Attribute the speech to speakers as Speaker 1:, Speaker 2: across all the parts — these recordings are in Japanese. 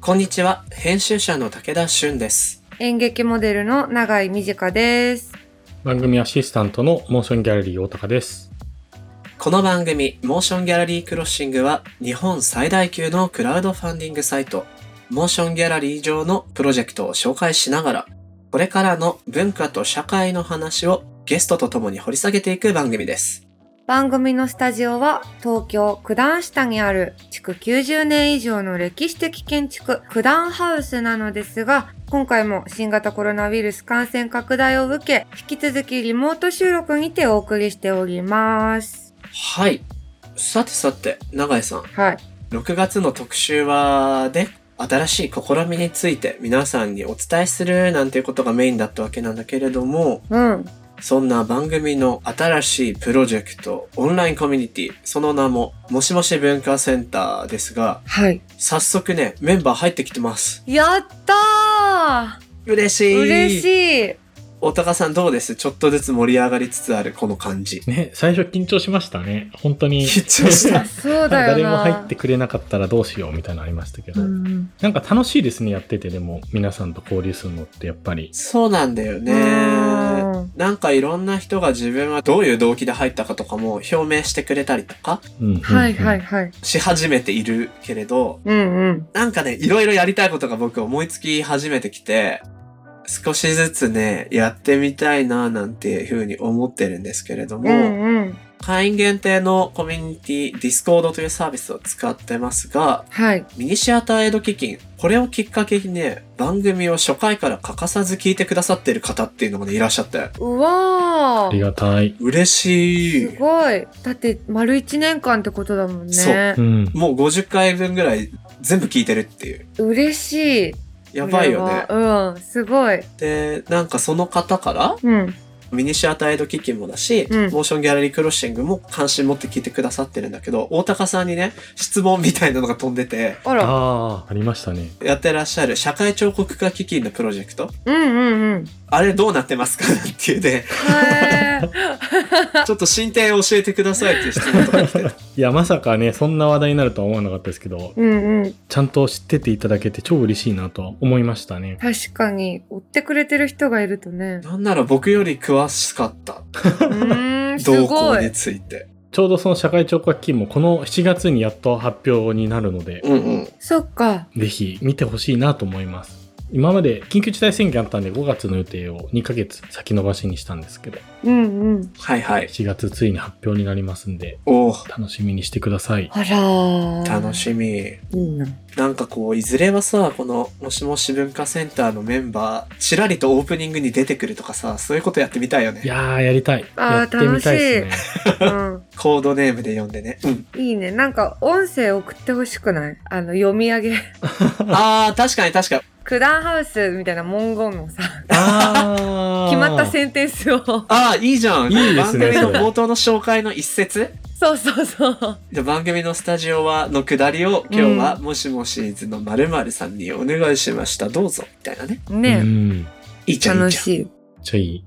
Speaker 1: こんにちは。編集者の武田俊です。
Speaker 2: 演劇モデルの永井美智香です。
Speaker 3: 番組アシスタントのモーションギャラリー大高です。
Speaker 1: この番組、モーションギャラリークロッシングは、日本最大級のクラウドファンディングサイト、モーションギャラリー上のプロジェクトを紹介しながら、これからの文化と社会の話をゲストと共に掘り下げていく番組です。
Speaker 2: 番組のスタジオは東京九段下にある築90年以上の歴史的建築九段ハウスなのですが、今回も新型コロナウイルス感染拡大を受け、引き続きリモート収録にてお送りしております。
Speaker 1: はい。さてさて、永井さん、
Speaker 2: はい。
Speaker 1: 6月の特集は、で、新しい試みについて皆さんにお伝えするなんていうことがメインだったわけなんだけれども、
Speaker 2: うん。
Speaker 1: そんな番組の新しいプロジェクト、オンラインコミュニティ、その名も、もしもし文化センターですが、
Speaker 2: はい。
Speaker 1: 早速ね、メンバー入ってきてます。
Speaker 2: やった
Speaker 1: 嬉し
Speaker 2: ー
Speaker 1: い
Speaker 2: 嬉
Speaker 1: い
Speaker 2: しい
Speaker 1: おたかさんどうですちょっとずつ盛り上がりつつあるこの感じ。
Speaker 3: ね、最初緊張しましたね。本当に。
Speaker 1: 緊張し た。
Speaker 2: そうだよな
Speaker 3: 誰も入ってくれなかったらどうしようみたいなのありましたけど、
Speaker 2: うん
Speaker 3: なんか楽しいですね、やってて。でも、皆さんと交流するのってやっぱり。
Speaker 1: そうなんだよ
Speaker 2: う
Speaker 1: ね。
Speaker 2: ん。
Speaker 1: なんかいろんな人が自分はどういう動機で入ったかとかも表明してくれたりとか
Speaker 3: うん
Speaker 2: はいはい。はい。
Speaker 1: し始めているけれど、
Speaker 2: うんうん。
Speaker 1: なんかね、いろいろやりたいことが僕思いつき始めてきて、少しずつね、やってみたいななんていうふうに思ってるんですけれども、
Speaker 2: うんうん。
Speaker 1: 会員限定のコミュニティ、Discord というサービスを使ってますが、
Speaker 2: はい。
Speaker 1: ミニシアターエイド基金、これをきっかけにね、番組を初回から欠かさず聞いてくださってる方っていうのがね、いらっしゃって、
Speaker 2: うわ
Speaker 3: あり
Speaker 2: ー
Speaker 3: がたい。
Speaker 1: 嬉しい。
Speaker 2: すごいだって丸一年間ってことだもんね
Speaker 3: う。ん。
Speaker 1: もう50回分ぐらい全部聞いてるっていう。
Speaker 2: 嬉しい。
Speaker 1: やばいよね
Speaker 2: こ。れはうん、すごい。
Speaker 1: で、なんかその方から、
Speaker 2: うん。
Speaker 1: ミニシアターエイド基金もだし、
Speaker 2: うん
Speaker 1: モーションギャラリークロッシングも関心持って聞いてくださってるんだけど、大高さんにね、質問みたいなのが飛んでて、
Speaker 2: あら。
Speaker 3: ああ、ありましたね。
Speaker 1: やってらっしゃる社会彫刻家基金のプロジェクト、
Speaker 2: うんうんうん。
Speaker 1: あれどうなってますかっていう ね、
Speaker 2: へ ー
Speaker 1: ちょっと進展を教えてくださいっていう質問とか来て、
Speaker 3: いや、まさかね、そんな話題になるとは思わなかったですけど、
Speaker 2: うんうん。
Speaker 3: ちゃんと知ってていただけて超嬉しいなとは思いましたね。
Speaker 2: 確かに、追ってくれてる人がいる とね。
Speaker 1: なんなら僕より詳しかった、
Speaker 2: うーん、す
Speaker 1: 動
Speaker 2: ご
Speaker 1: 向
Speaker 2: い
Speaker 1: に。ついて。
Speaker 3: ちょうどその社会聴覚金もこの7月にやっと発表になるので、
Speaker 1: うんうん。
Speaker 2: そっか。
Speaker 3: ぜひ見てほしいなと思います。今まで緊急事態宣言あったんで5月の予定を2ヶ月先延ばしにしたんですけど、
Speaker 2: うんうん。
Speaker 1: はいはい。
Speaker 3: 7月ついに発表になりますんで、
Speaker 1: おー
Speaker 3: 楽しみにしてください。
Speaker 2: あらー。
Speaker 1: 楽しみ。
Speaker 2: い。いいな。
Speaker 1: なんかこう、いずれはさ、この、もしもし文化センターのメンバー、ちらりとオープニングに出てくるとかさ、そういうことやってみたいよね
Speaker 3: い。やー、やりたい。
Speaker 2: あー
Speaker 3: やってみた いですね。
Speaker 2: うん。
Speaker 1: コードネームで呼んでね。うん。
Speaker 2: いいね。なんか、音声送ってほしくないあの、読み上げ。
Speaker 1: ああ、確かに確かに。
Speaker 2: 九段ハウスみたいな文言のさ、
Speaker 3: あー
Speaker 2: 決まったセンテンスを。
Speaker 1: ああ、いいじゃん。
Speaker 3: いいですね
Speaker 1: 番
Speaker 3: そ
Speaker 1: 組
Speaker 3: れ
Speaker 1: の冒頭の紹介の一節。
Speaker 2: そうそうそう。
Speaker 1: で番組のスタジオは、のくだりを、今日は、
Speaker 2: う
Speaker 1: もしもしーずのまるさんにお願いしました。どうぞ。みたいなね。
Speaker 3: う
Speaker 2: ね、
Speaker 3: ん。めっ
Speaker 1: いいじゃん、いい
Speaker 2: 楽
Speaker 1: じゃん。
Speaker 2: しい。
Speaker 3: ちゃいい。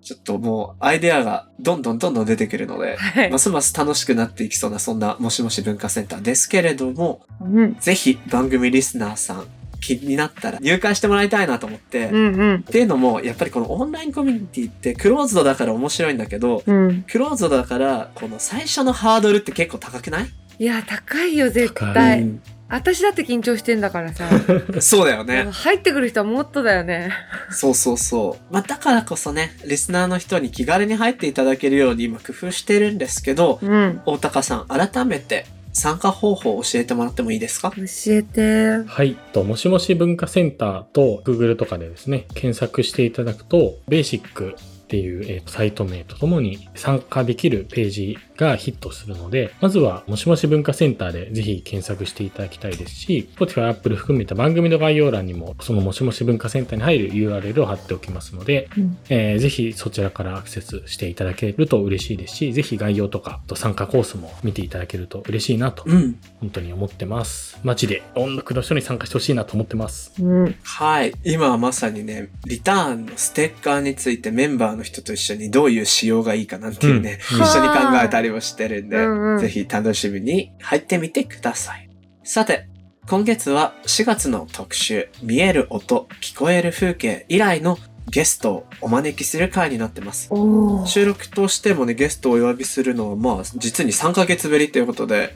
Speaker 1: ちょっともう、アイデアがどんどんどんどん出てくるので、
Speaker 2: はい
Speaker 1: ま。すます楽しくなっていきそうな、そんな、もしもし文化センターですけれども、
Speaker 2: うん。
Speaker 1: ぜひ番組リスナーさん気になったら入会してもらいたいなと思って、
Speaker 2: う
Speaker 1: っ
Speaker 2: んうん。
Speaker 1: ていうのもやっぱりこのオンラインコミュニティってクローズドだから面白いんだけど
Speaker 2: うん。
Speaker 1: クローズドだからこの最初のハードルって結構高くない、
Speaker 2: いや、高いよ、絶
Speaker 3: は
Speaker 2: 対。
Speaker 3: い
Speaker 1: うん
Speaker 2: 私だって緊張してんだからさ。
Speaker 1: そうだよね。
Speaker 2: 入ってくる人はもっとだよね。
Speaker 1: そうそうそう。まあ、だからこそね、リスナーの人に気軽に入っていただけるように今工夫してるんですけど、
Speaker 2: うん。
Speaker 1: 大高さん、改めて参加方法を教えてもらってもいいですか
Speaker 2: 教えて。
Speaker 3: はい。と、もしもし文化センターと Google とかでですね、検索していただくと、ベーシックっていう、えーサイト名とともに参加できるページがヒットするので、まずは、もしもし文化センターでぜひ検索していただきたいですし、Spotify、Apple 含めた番組の概要欄にも、そのもしもし文化センターに入る URL を貼っておきますので、
Speaker 2: うん
Speaker 3: えーぜひそちらからアクセスしていただけると嬉しいですし、ぜひ概要とか、あと参加コースも見ていただけると嬉しいなと
Speaker 1: うん。
Speaker 3: 本当に思ってます。マジで音楽の人に参加してほしいなと思ってます。
Speaker 2: うん。
Speaker 1: はい。今はまさにね、リターンのステッカーについてメンバーの人と一緒にどういう仕様がいいかなんていうね、
Speaker 3: うん
Speaker 1: 一緒に考えたりもしてるんで、
Speaker 2: うんうん
Speaker 1: ぜひ楽しみに入ってみてください。さて、今月は4月の特集、見える音、聞こえる風景以来のゲストをお招きする回になってます。
Speaker 2: おお。
Speaker 1: 収録としてもね、ゲストをお呼びするのは、まあ、実に3ヶ月ぶりということで、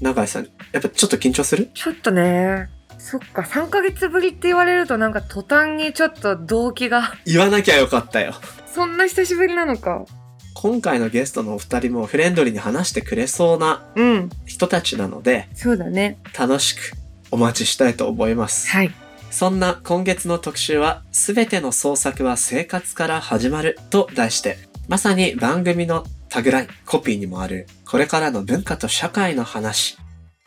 Speaker 1: 永井さん、やっぱちょっと緊張する
Speaker 2: ちょっとね、そっか、3ヶ月ぶりって言われるとなんか途端にちょっと動機が、
Speaker 1: 言わなきゃよかったよ。
Speaker 2: そんな久しぶりなのか。
Speaker 1: 今回のゲストのお二人もフレンドリーに話してくれそうな
Speaker 2: うん、
Speaker 1: 人たちなので、
Speaker 2: そうだね。
Speaker 1: 楽しくお待ちしたいと思います。
Speaker 2: はい。
Speaker 1: そんな今月の特集は、すべての創作は生活から始まると題して、まさに番組のタグライン、コピーにもある、これからの文化と社会の話。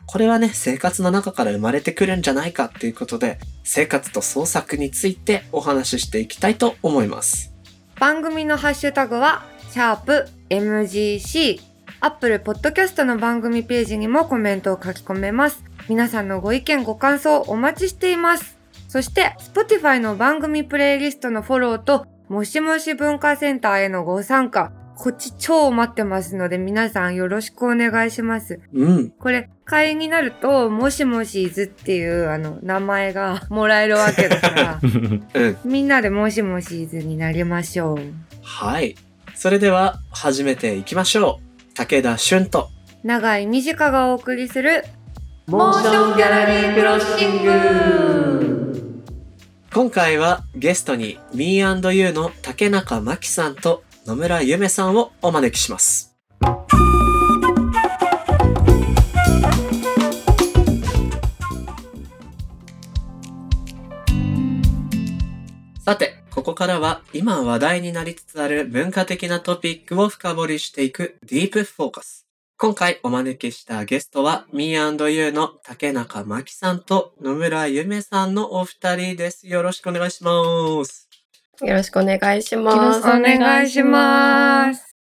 Speaker 1: これはね、生活の中から生まれてくるんじゃないかっていうことで、生活と創作についてお話ししていきたいと思います。
Speaker 2: 番組のハッシュタグは、シャープ m g c アップルポッドキャストの番組ページにもコメントを書き込めます。皆さんのご意見、ご感想お待ちしています。そして、Spotify の番組プレイリストのフォローと、もしもし文化センターへのご参加、こっち超待ってますので、皆さんよろしくお願いします。
Speaker 1: うん。
Speaker 2: これ、会員になると、もしもし伊豆っていう、あの、名前がもらえるわけだ から、
Speaker 1: うん。
Speaker 2: みんなでもしもし伊豆になりましょう。
Speaker 1: はい。それでは、始めていきましょう。武田俊と、
Speaker 2: 長井美香がお送りする
Speaker 1: モーションギャラリークロッ
Speaker 2: シング
Speaker 1: 今回はゲストに Me&You の竹中真紀さんと野村ゆめさんをお招きします。さて、ここからは今話題になりつつある文化的なトピックを深掘りしていくディープフォーカス。今回お招きしたゲストは Me&You の竹中真紀さんと野村ゆめさんのお二人です。よろしくお願いします。
Speaker 4: よろしくお願いし
Speaker 2: よろ
Speaker 4: ま
Speaker 2: し
Speaker 4: す。。
Speaker 2: くお願いしますす。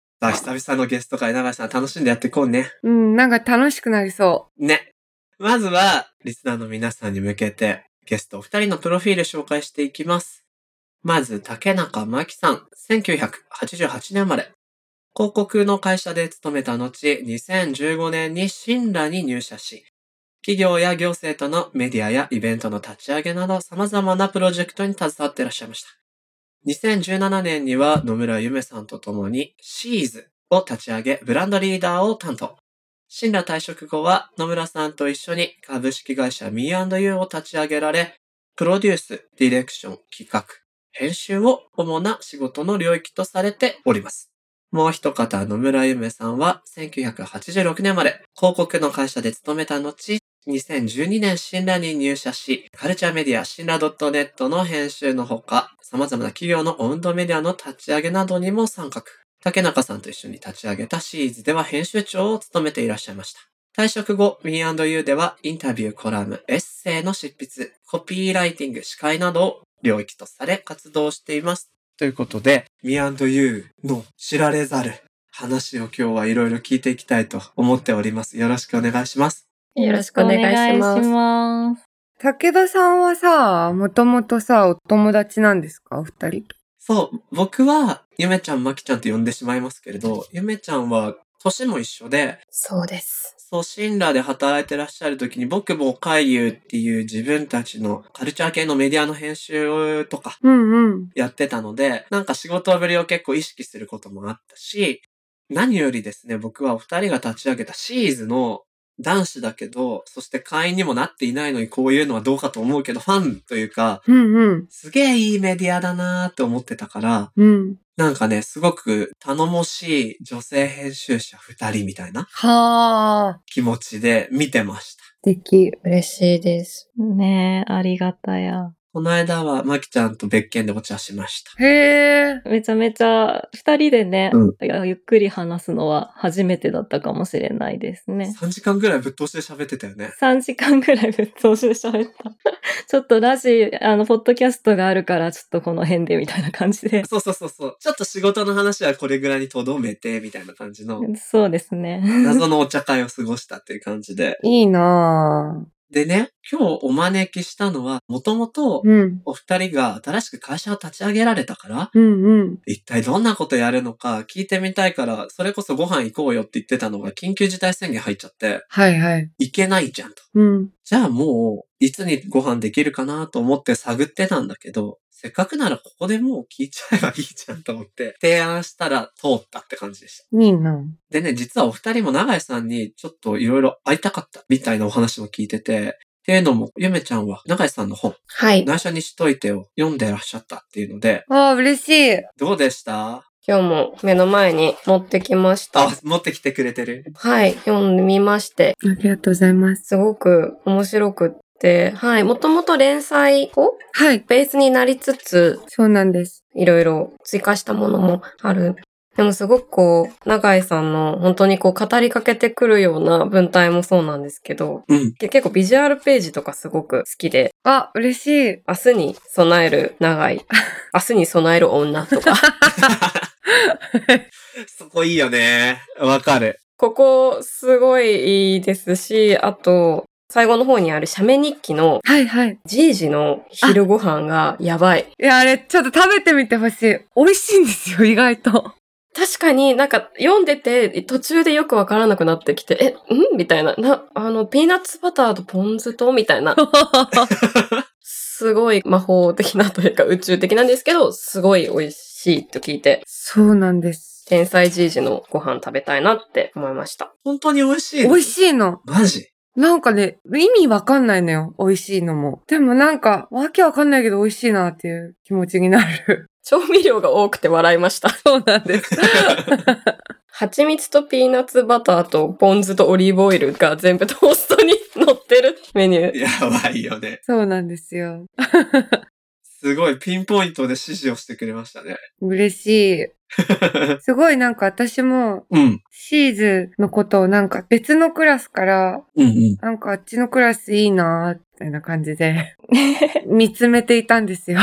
Speaker 1: さあ、久々のゲスト会、長井さん楽しんでやっていこうね。
Speaker 2: うん、なんか楽しくなりそ
Speaker 1: ね。まずは、リスナーの皆さんに向けて、ゲストお二人のプロフィール紹介していきます。まず、竹中真紀さん、1988年生まれ。広告の会社で勤めた後、2015年に新羅に入社し、企業や行政とのメディアやイベントの立ち上げなど様々なプロジェクトに携わっていらっしゃいました。2017年には野村ゆめさんと共にシーズを立ち上げ、ブランドリーダーを担当。新羅退職後は野村さんと一緒に株式会社 Me&You を立ち上げられ、プロデュース、ディレクション、企画、編集を主な仕事の領域とされております。もう一方、野村ゆめさんは1986年生まれ、広告の会社で勤めた後、2012年新羅に入社し、カルチャーメディア新羅 .net の編集のほか、様々な企業のオウンドメディアの立ち上げなどにも参画。竹中さんと一緒に立ち上げたシリーズでは編集長を務めていらっしゃいました。退職後、Me&You ではインタビュー、コラム、エッセイの執筆、コピーライティング、司会などを領域とされ活動しています。ということで、Me&You の知られざる話を今日はいろいろ聞いていきたいと思っております。よろしくお願いします。
Speaker 4: よろしくお願いします。
Speaker 5: ます。
Speaker 2: う。武田さんはさ、もともとさ、お友達なんですかお二人と。
Speaker 1: そう、僕は、ゆめちゃん、まきちゃんと呼んでしまいますけれど、ゆめちゃんは、年も一緒で、
Speaker 4: そうです。
Speaker 1: そう、シンラーで働いてらっしゃる時に、僕も海遊っていう自分たちのカルチャー系のメディアの編集とか
Speaker 2: うんうん。
Speaker 1: やってたので、なんか仕事ぶりを結構意識することもあったし、何よりですね、僕はお二人が立ち上げたシーズの男子だけど、そして会員にもなっていないのにこういうのはどうかと思うけど、ファンというか、
Speaker 2: うんうん。
Speaker 1: すげえいいメディアだなーって思ってたから、
Speaker 2: うん。
Speaker 1: なんかね、すごく頼もしい女性編集者二人みたいな
Speaker 2: はあ。
Speaker 1: 気持ちで見てました。
Speaker 2: 素敵。
Speaker 4: 嬉しいです。
Speaker 5: ねえ、ありがたや。
Speaker 1: この間は、まきちゃんと別件でお茶しました。
Speaker 2: へえ。
Speaker 5: めちゃめちゃ、二人でね、
Speaker 1: う
Speaker 5: いやゆっくり話すのは初めてだったかもしれないですね。
Speaker 1: 3時間ぐらいぶっ通しで喋ってたよね。
Speaker 5: 3時間ぐらいぶっ通しで喋った。 ちょっとラジ、あの、ポッドキャストがあるから、ちょっとこの辺でみたいな感じで。
Speaker 1: そうそうそうそう。ちょっと仕事の話はこれぐらいにとどめて、みたいな感じの、
Speaker 5: そうですね。
Speaker 1: 謎のお茶会を過ごしたっていう感じで。
Speaker 2: いいなぁ。
Speaker 1: でね、今日お招きしたのは、もともと
Speaker 2: うん。
Speaker 1: お二人が新しく会社を立ち上げられたから、
Speaker 2: うんうん。
Speaker 1: 一体どんなことやるのか聞いてみたいから、それこそご飯行こうよって言ってたのが緊急事態宣言入っちゃって、
Speaker 2: はいはい。
Speaker 1: 行けないじゃんと。
Speaker 2: うん。
Speaker 1: じゃあもう、いつにご飯できるかなと思って探ってたんだけど、せっかくならここでもう聞いちゃえばいいじゃんと思って、提案したら通ったって感じでした。
Speaker 2: いいな。
Speaker 1: でね、実はお二人も永井さんにちょっといろいろ会いたかったみたいなお話も聞いてて、っていうのも、ゆめちゃんは永井さんの本、
Speaker 4: はい。
Speaker 1: 内緒にしといてを読んでらっしゃったっていうので、
Speaker 2: ああ、嬉しい。
Speaker 1: どうでした
Speaker 4: 今日も目の前に持ってきました
Speaker 1: あ。、持ってきてくれてる。
Speaker 4: はい。読んでみまして、
Speaker 2: ありがとうございます。
Speaker 4: すごく面白くって、はい。もともと連載を
Speaker 2: はい。
Speaker 4: ベースになりつつ、
Speaker 2: そうなんです。
Speaker 4: いろいろ追加したものもある。でもすごくこう、永井さんの本当にこう語りかけてくるような文体もそうなんですけど、
Speaker 1: うん。
Speaker 4: け結構ビジュアルページとかすごく好きで、
Speaker 2: あ、嬉しい。
Speaker 4: 明日に備える長い、明日に備える女とか、
Speaker 1: そこいいよね。わかる。
Speaker 4: ここすごいいいですし、あと、最後の方にある写メ日記の
Speaker 2: はいはい。
Speaker 4: じいじの昼ご飯がやばい。
Speaker 2: いや、あれ、ちょっと食べてみてほしい。美味しいんですよ、意外と。
Speaker 4: 確かになんか読んでて途中でよくわからなくなってきて、え、んみたいな。な、あの、ピーナッツバターとポン酢とみたいな。すごい魔法的なというか宇宙的なんですけど、すごい美味しいと聞いて、
Speaker 2: そうなんです。
Speaker 4: 天才じいじのご飯食べたいなって思いました。
Speaker 1: 本当に美味しい。
Speaker 2: 美味しいの。
Speaker 1: マジ
Speaker 2: なんかね、意味わかんないのよ。美味しいのも。でもなんか、わけわかんないけど美味しいなっていう気持ちになる。
Speaker 4: 調味料が多くて笑いました。
Speaker 2: そうなん です。
Speaker 4: 蜂蜜とピーナッツバターとポン酢とオリーブオイルが全部トーストに乗ってるメニュー。
Speaker 1: やばいよね。
Speaker 2: そうなんですよ。
Speaker 1: すごいピンポイントで指示をしてくれましたね。
Speaker 2: 嬉しい。すごいなんか私も、
Speaker 1: うん。
Speaker 2: シーズのことをなんか別のクラスから、
Speaker 1: うんうん。
Speaker 2: なんかあっちのクラスいいなーみたいな感じで、見つめていたんですよ。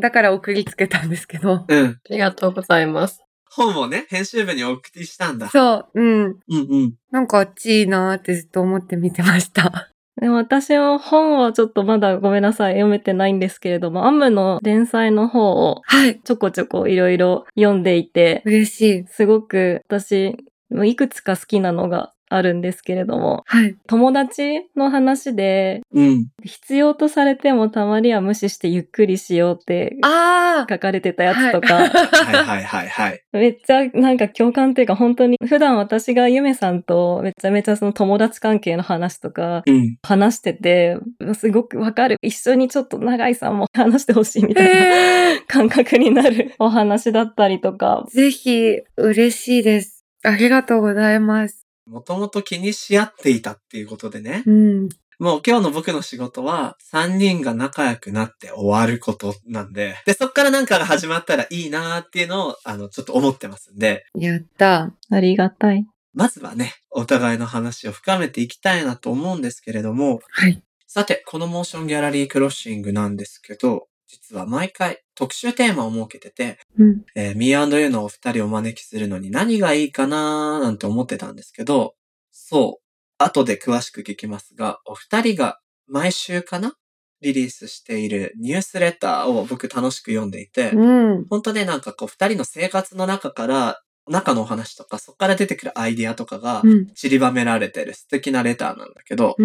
Speaker 2: だから送りつけたんですけど。
Speaker 1: うん。
Speaker 4: ありがとうございます。
Speaker 1: 本をね、編集部にお送りしたんだ。
Speaker 2: そう、うん。
Speaker 1: うんうん。
Speaker 2: なんかあっちいいなーってずっと思って見てました。
Speaker 5: でも私も本はちょっとまだごめんなさい、読めてないんですけれども、アムの連載の方を
Speaker 2: はい。
Speaker 5: ちょこちょこいろいろ読んでいて、
Speaker 2: 嬉しい。
Speaker 5: すごく私、いくつか好きなのがあるんですけれども、
Speaker 2: はい。
Speaker 5: 友達の話で、
Speaker 1: うん。
Speaker 5: 必要とされてもたまには無視してゆっくりしようって
Speaker 2: あー
Speaker 5: 書かれてたやつとか、
Speaker 1: はい はいはいはい。
Speaker 5: めっちゃなんか共感っていうか本当に普段私がゆめさんとめちゃめちゃその友達関係の話とか
Speaker 1: うん。
Speaker 5: 話しててすごくわかる一緒にちょっと永井さんも話してほしいみたいな
Speaker 2: えー、
Speaker 5: 感覚になるお話だったりとか
Speaker 2: ぜひ、嬉しいです。ありがとうございます。
Speaker 1: もともと気にし合っていたっていうことでね。
Speaker 2: うん。
Speaker 1: もう今日の僕の仕事は、3人が仲良くなって終わることなんで、で、そっからなんかが始まったらいいなーっていうのを、あの、ちょっと思ってますんで、
Speaker 2: やった。
Speaker 5: ありがたい
Speaker 1: まずはね、お互いの話を深めていきたいなと思うんですけれども、
Speaker 2: はい。
Speaker 1: さて、このモーションギャラリークロッシングなんですけど、実は毎回特集テーマを設けてて、
Speaker 2: うん。
Speaker 1: えー、Me&You のお二人をお招きするのに何がいいかなーなんて思ってたんですけど、そう、後で詳しく聞きますが、お二人が毎週かなリリースしているニュースレターを僕楽しく読んでいて、
Speaker 2: うん。
Speaker 1: 本当ね、なんかこう二人の生活の中から、中のお話とか、そこから出てくるアイディアとかが
Speaker 2: うん。
Speaker 1: 散りばめられてる素敵なレターなんだけど、
Speaker 2: うー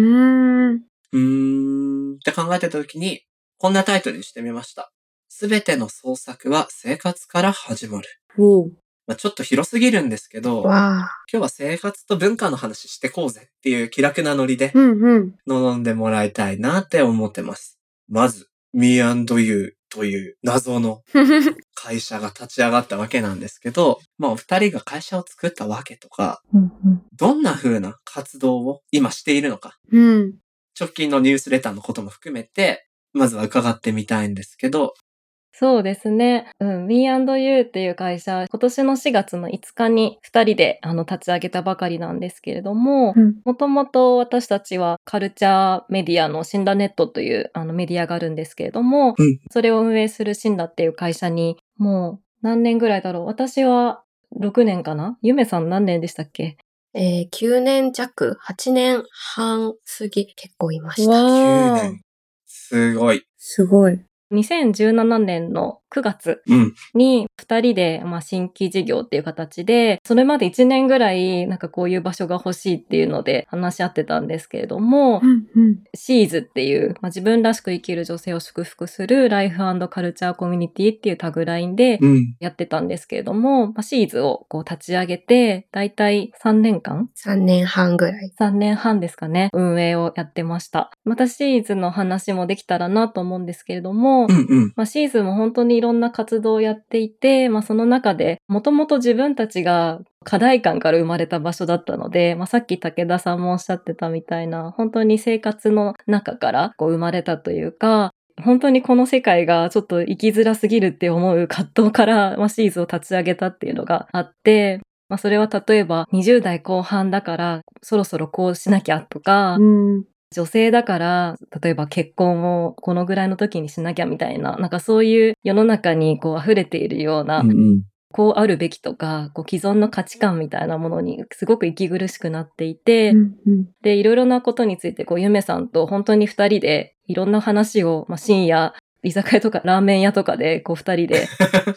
Speaker 2: ん。
Speaker 1: うーんって考えてた時に、こんなタイトルにしてみました。すべての創作は生活から始まる。
Speaker 2: おう。
Speaker 1: まあ、ちょっと広すぎるんですけ ど、今
Speaker 4: わあ。
Speaker 1: 日は生活と文化の話してこうぜっていう気楽なノリで
Speaker 2: うんうん。
Speaker 1: 望んでもらいたいなって思ってます。まず、Me&You という謎 の会社が立ち上がったわけなんですけど、まあお二人が会社を作ったわけとか、どんな風な活動を今しているのか、
Speaker 2: うん。
Speaker 1: 直近のニュースレターのことも含めて、まずは伺ってみたいんですけど、
Speaker 5: そうですね。うん。Me&You っていう会社、今年の4月の5日に2人であの立ち上げたばかりなんですけれども、
Speaker 2: うん
Speaker 5: もともと私たちはカルチャーメディアのシンダネットというあのメディアがあるんですけれども、
Speaker 1: うん
Speaker 5: それを運営するシンダっていう会社に、もう何年ぐらいだろう。私は6年かなゆめさん何年でしたっけ
Speaker 4: えー9年弱、8年半過ぎ、結構いました。
Speaker 1: 9
Speaker 5: わー
Speaker 1: 年。すごい。
Speaker 2: すごい。
Speaker 5: 2017年の9月
Speaker 1: うん。
Speaker 5: に2人で、まあ、新規事業っていう形でそれまで1年ぐらいなんかこういう場所が欲しいっていうので話し合ってたんですけれども、
Speaker 2: うんうん。
Speaker 5: シーズっていう、まあ、自分らしく生きる女性を祝福するライフカルチャーコミュニティっていうタグラインで
Speaker 1: うん。
Speaker 5: やってたんですけれども、まあ、シーズをこう立ち上げてだいたい3年間
Speaker 4: 3年半ぐらい。
Speaker 5: 3年半ですかね、運営をやってました。またシーズの話もできたらなと思うんですけれども、
Speaker 1: うんうん。
Speaker 5: まあ、シーズンも本当にいろんな活動をやっていて、まあ、その中でもともと自分たちが課題感から生まれた場所だったので、まあ、さっき武田さんもおっしゃってたみたいな本当に生活の中からこう生まれたというか本当にこの世界がちょっと生きづらすぎるって思う葛藤から、まあ、シーズンを立ち上げたっていうのがあって、まあ、それは例えば20代後半だからそろそろこうしなきゃとか、
Speaker 2: うん。
Speaker 5: 女性だから、例えば結婚をこのぐらいの時にしなきゃみたいな、なんかそういう世の中にこう溢れているような、
Speaker 1: うんうん。
Speaker 5: こうあるべきとか、こう既存の価値観みたいなものにすごく息苦しくなっていて、
Speaker 2: うんうん。
Speaker 5: で、いろいろなことについて、こう、ゆめさんと本当に二人で、いろんな話を、まあ、深夜、居酒屋とかラーメン屋とかで、こう二人で、